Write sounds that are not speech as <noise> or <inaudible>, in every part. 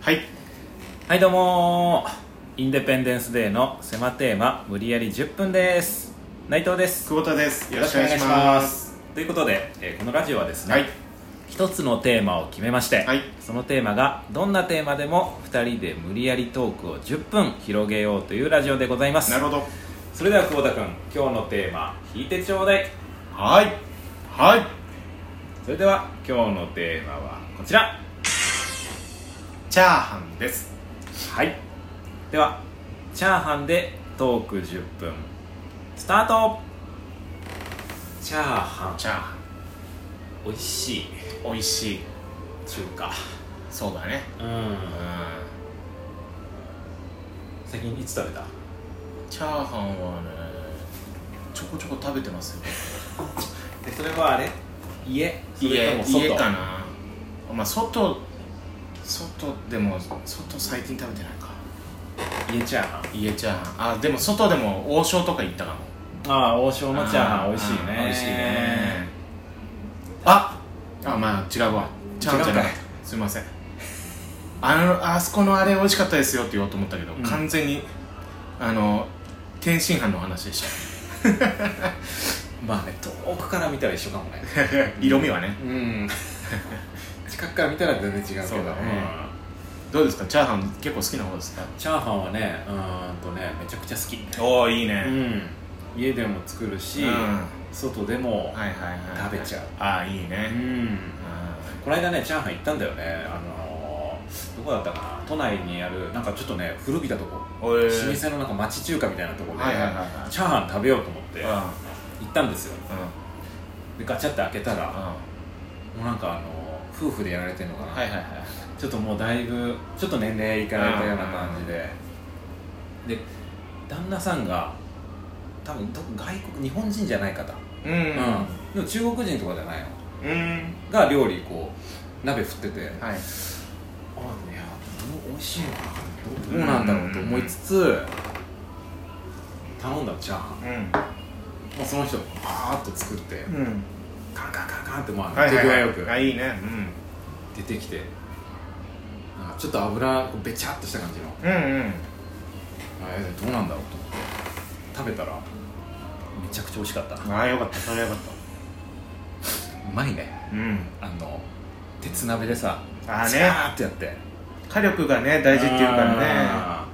はいはいどうもーインデペンデンスデーの狭テーマ無理やり10分です内藤です久保田ですよろしくお願いしますということで、えーこのラジオはですね、はい一つのテーマを決めまして、はいそのテーマがどんなテーマでも2人で無理やりトークを10分広げようというラジオでございますなるほどそれでは久保田君今日のテーマ引いてちょうだいはいはいそれでは今日のテーマはこちらチャーハンですはいではチャーハンでトーク10分スタートチャーハンチャーハン美味しい美味しい中華そうだねうんうん最近いつ食べたチャーハンはねちょこちょこ食べてますよでそれはあれ家それとも外家かなまあ外外でも外最近食べてないか家チャーハン家チャーハンあでも外でも王将とか行ったかもああ王将のチャーハン美味しいねうん美味しいねああまあ違うわチャーハンじゃない違うかすいませんあのあそこのあれ美味しかったですよって言おうと思ったけど、うん完全にあの天津飯の話でしたまあね遠くから見たら一緒かもね <laughs> 色味はね、うん <laughs> 近くから見たら全然違うけどそうだねうんどうですかチャーハン結構好きな方ですかチャーハンはねうーんとねめちゃくちゃ好きおおいいねうん家でも作るし、うん外でもはいはいはい食べちゃうああいいうね、んあこの間ねチャーハン行ったんだよねあのーどこだったかな都内にあるなんかちょっとね古びたとこーおい老舗のなんか町中華みたいなところで、はいはいはいはいチャーハン食べようと思ってうんうん行ったんですよでガチャって開けたらもうなんかあのー夫婦でやられてるのかな、はいはいはいちょっともうだいぶちょっと年齢いかれたような感じでで旦那さんが多分ど外国日本人じゃない方、ううんんでも中国人とかじゃないのうん、うん、が料理こう鍋振ってて、あはいいやどう美味しいのかなどうなんだろうと思いつつ頼んだチャーハン、うまあ、その人がバーッと作って、んうんカンカンカンカンってまあは手いはいは際いよくあいいね出てきてなんかちょっと油べちゃっとした感じのうんうんうんあえどうなんだろうと思って食べたらめちゃくちゃ美味しかったうああよかったそれはよかったまいねうんあの鉄鍋でさあーねザーってやって火力がね大事っていうからねあ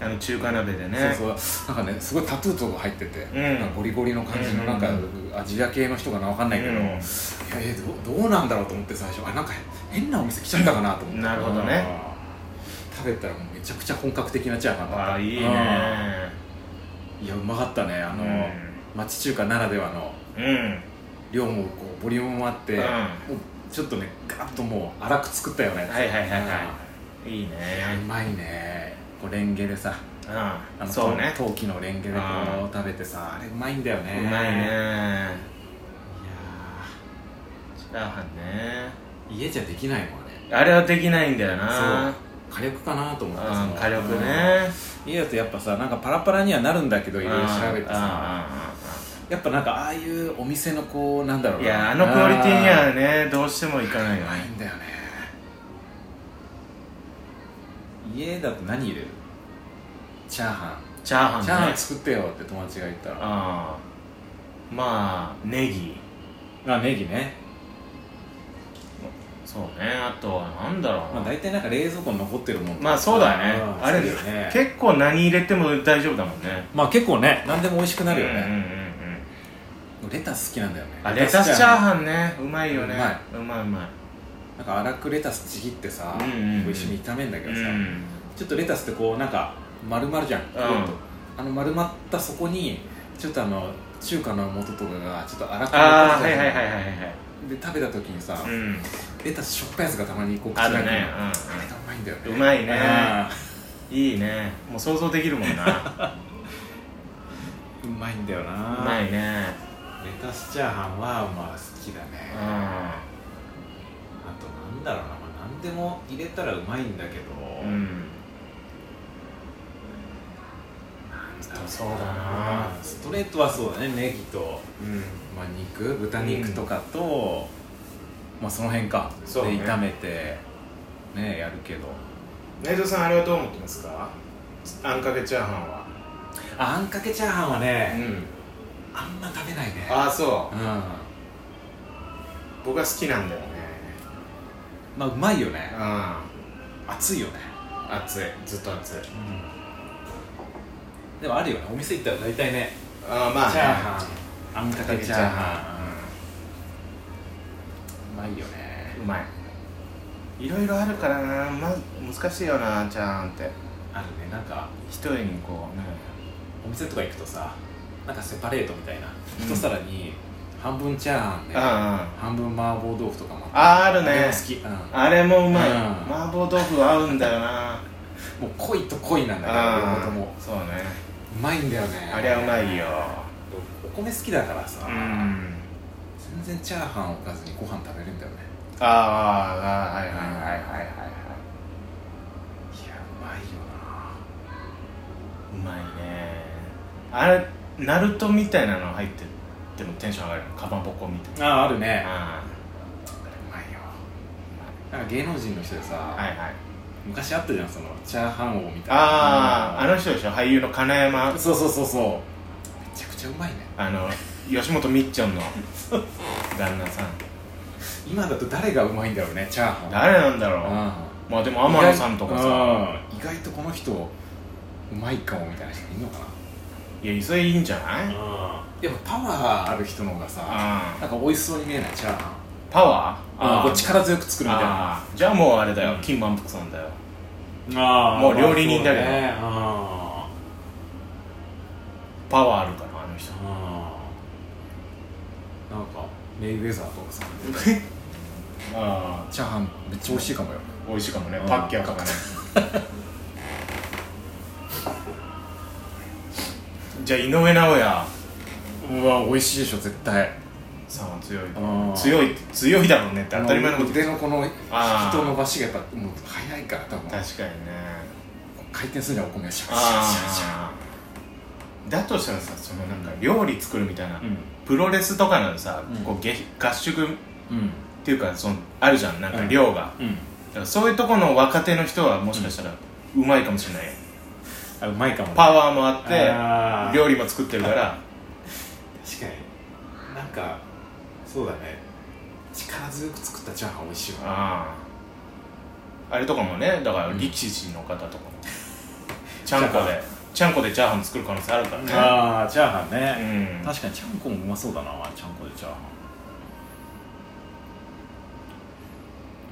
あの中華鍋でねーそうそうなんかねすごいタトゥーとか入ってて、うんなんかゴリゴリの感じのうんなんか、アジア系の人かなわかんないけど、うんいやいやどうどうなんだろうと思って最初あなんか変なお店来ちゃったかなと思ってなるほどねあー食べたらもうめちゃくちゃ本格的なチャーハンだったああいいあねーいやうまかったねあの、うん町中華ならではのうん量もこうボリュームもあって、うんもうちょっとねガッともう粗く作ったよねはいはいはいはういいいんうねまいねこうレンゲでさうあんのそうね陶器のレンゲでこあう食べてさあれうまいんだようねまいねいチャーハンねやー家じゃできないもんねあれはできないんだよなそう火力かなと思うってそんの火力ねうん家だとやっぱさなんかパラパラにはなるんだけどいろいろ調べてさやっぱなんかああいうお店のこうなんだろういいやあのクオリティにはねどうしてもいかないよないねんだよね家だと何入れるチャーハチャーハンンチャーハねン作ってよって友達が言ったらああまあネギあネギね、そうねあとはなんだろうなまあ、大体なんか冷蔵庫に残ってるもんまあそうだねんあれそうだよね結構何入れても大丈夫だもんねまあ結構ね何でも美味しくなるようんうんうんね、うんレタス好きなんだよねあレタスチャーンハンねうまいよねうまいうまいうまいなんか粗くレタスちぎってさ、うんうんうんこ一緒に炒めんだけどさ、うんちょっとレタスってこうなんか丸々じゃん、んあの丸まったそこにちょっとあの中華の素とかがちょっと粗くなってるじああゃんはいはいはいはいはいで食べた時にさ、うんレタスしょっぱいやつがたまにこうあにるあれねがうまいんだようねんうまいねあいいねもう想像できるもんなーうまいんだようなまいねレタスチャーハンはまあ好きだねうんあとなんだろうな、まあ、何でも入れたらうまいんだけど、うんなんろそうだなストレートはそうだねネギと、うんまあ、肉豚肉とかと、まあその辺かそうねで炒めてねやるけど内藤さんあれはどう思ってますかあんかけチャーハンはああんかけチャーハンはうね、んあんま食べないねああそううん僕は好きなんだよねまあうまいよねう熱いよね、ん熱いずっと熱いでもあるよねお店行ったら大体ねああまあねチャーハンあんかけチャーハンンうまいよねうまいいろいろあるからな、ま、難しいよなチャーハンってあるねなんか一人にこうねお店とか行くとさなんかセパレートみたいな、うん一皿に半分チャーハンね、うんうん半分麻婆豆腐とかもああるねあれも好き、うんあれもうまい、うん麻婆豆腐合うんだよなもう濃いと濃いなんだけど両方ともそうねうまいんだよねあれはうまいよお米好きだからさ、うん全然チャーハンおかずにご飯食べれるんだよねあーあーはいはいはいはいはいはいいやうまいよなうまいねあれナルトみたいなの入ってでもテンション上がるのかまぼこみたいあああるねなあうまいよなんか芸能人の人でさ、あはいはい昔あったじゃんそのチャーハン王みたいなあああの人でしょ俳優の金山そうそうそうそうめちゃくちゃうまいねあの吉本みっちょんの旦那さん今だと誰がうまいんだろうねチャーハン誰なんだろううまあでも天野さんとかさうん意外とこの人うまいかもみたいな人いるのかないやそれいいんじゃないうんやっぱパワーある人の方がさなんか美味しそうに見えないチャーハンパワーあここうっち力強く作るみたいなあーじゃあもうあれだよ、うん金満腹さんだよあーもう料理人だけどまあそうあパワーあるからあの人ーあーなんかメイウェザーとかさあチャーハンめっちゃ美味しいかもよあ美味しいかもねうんパッキャオとかね <laughs> じゃあ井上尚弥うわ美味しいでしょ絶対さんは強いうん強い強いだろうねって当たり前のこと腕のこの引きあーと伸ばしがやっぱもう早いから多分確かにね回転するにはお米がシャッシャッシャッシャああだとしたらさそのなんか料理作るみたいな、ッうんプロレスとかのさ、うんこうげ合宿っうんていうかそのあるじゃんなんか量が、うんだからそういうとこの若手の人はもしかしたらうまいかもしれないよ、あうまいかもパワワーもあっあて料理も作ってるから確かになんかそうだね力強く作ったチャーハン美味しいわあああれとかもねだから力士の方とかも、ちゃんこでちゃんこでチャーハン作る可能性あるからねあーチャーハンうね、ん確かにちゃんこもうまそうだなちゃんこでチャーハ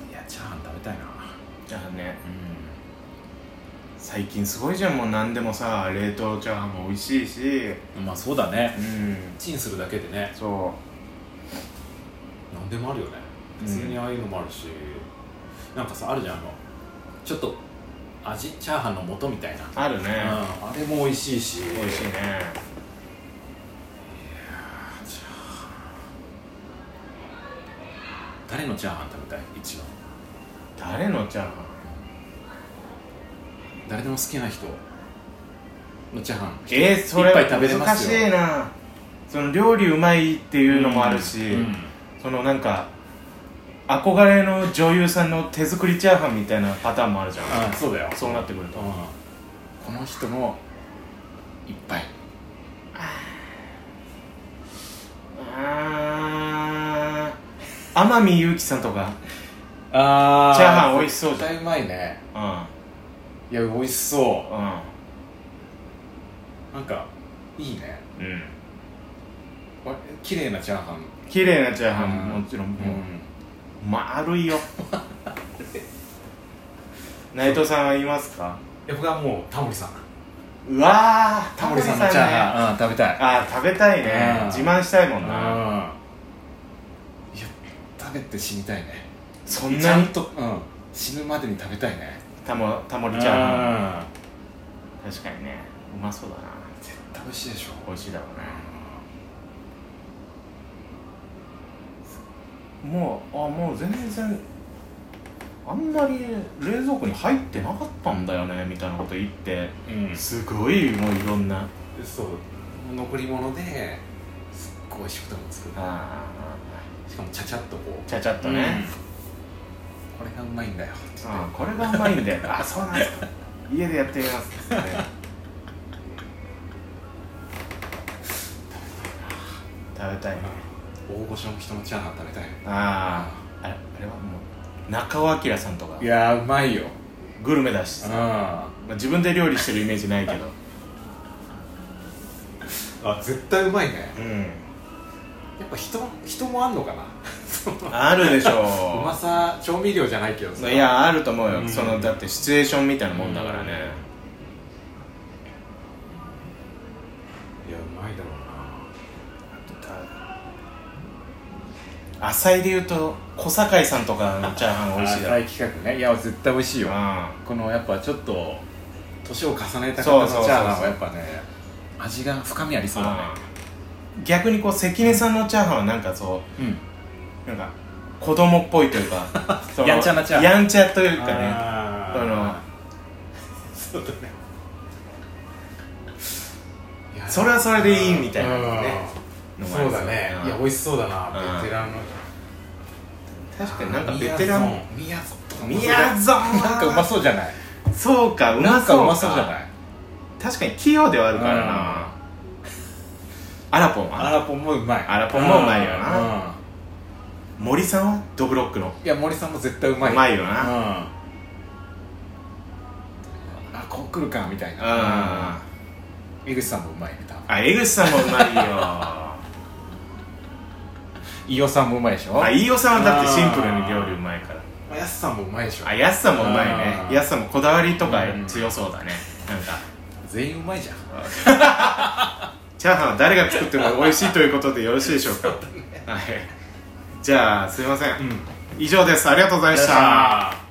ンいやチャーハン食べたいなじゃあねう最近すごいじゃんもう何でもさ冷凍チャーハンも美味しいしんまあそうだねうんチンするだけでねそ何でもあるよねうん普通にああいうのもあるし、なんかさあるじゃんあのちょっと味チャーハンの素みたいな、うあるねうんあれも美味しいし美味しいね誰のチャーハン食べたい一番誰のチャーハン誰でも好きな人のチャーハンえー、それいっぱい食べれ難ますしよいなその料理うまいっていうのもあるし、うんそのなんか憧れの女優さんの手作りチャーハンみたいなパターンもあるじゃんあそうだよそうなってくるとうんこの人のいっぱいあー天海祐希さんとかあチャーハン美味しそうじゃん絶対うまいねういや美味しそんうなんかいいねうんうんわ綺麗なチャーハン綺麗なチャーハンもちろんうもうん丸 <laughs> いよ内藤さんはいますかいや僕はもうタモリさんうわータモリさんのチャーンねハン、うん、食べたいあー食べたいねうん自慢したいもうんんいなや食べて死にたいねそんちなゃにんと、うん、死ぬまでに食べたいねタモタモリチャーハンゃん確かにねうまそうだな絶対美味しいでしょ美味しいだろうねもうあもう全然あんまり冷蔵庫に入ってなかったんだよねみたいなこと言ってうんすごいもういろんなそう残り物ですっごい美味しく食べ作るあしかもちゃちゃっとこうーちゃちゃっとね、ここれがうまいんだよって言っあこれがうまいん <laughs> だよあそうなんですか家でやってみますっつってね食べたいなて大御所の人のチャーハン食べたいあああれあれはもう中尾明さんとかいやーうまいよグルメだしさ、あまあ、自分で料理してるイメージないけどあ絶対うまいねうんやっぱ人人もあんのかなあるでしうょまさ調味料じゃないけど <laughs> さいやあると思うよ、うんそのだってシチュエーションみたいなもんだからね、いやうまいだろう浅井でいうと小堺さんとかのチャーハン美な味しいだろ大企画ねいや絶対美味しいようこのやっぱちょっと年を重ねた方そのうチそうそうそうャーハンはやっぱね味が深みありそうんだねうん逆にこう関根さんのチャーハンはなんかそうんうなんか子供っぽいという <laughs> かそのやんちゃなチャーハンやんちゃというかねあそのそうだねいやそれはそれでいいみたいなねうんのもあるそうだねうんいや美味しそうだなうんベテランの確かになんかベテランみやぞんみみややぞぞんなんかうまそそうじゃないうそうかうまなんそうかかうまそうじゃない確かに器用ではあるからなうんアラポンアはラポンもうまいアラポンもうまいよなうん森さんはドブロックのいや森さんも絶対うまいうまいよなうんあこう来るかみたいうんなあ江口さんもうまいね多分江口さんもうまい <laughs> よ飯尾さんもうまいでしょあ飯尾さんはだってシンプルに料理うまいからまあやすさんもうまいでしょあ安さもうまいあーね安さもこだわりとか強そうだね、なんか全員うまいじゃんチャーハンは誰が作っても美味しいということでよろしいでしょうかはいじゃあすいません、以上ですありがとうございました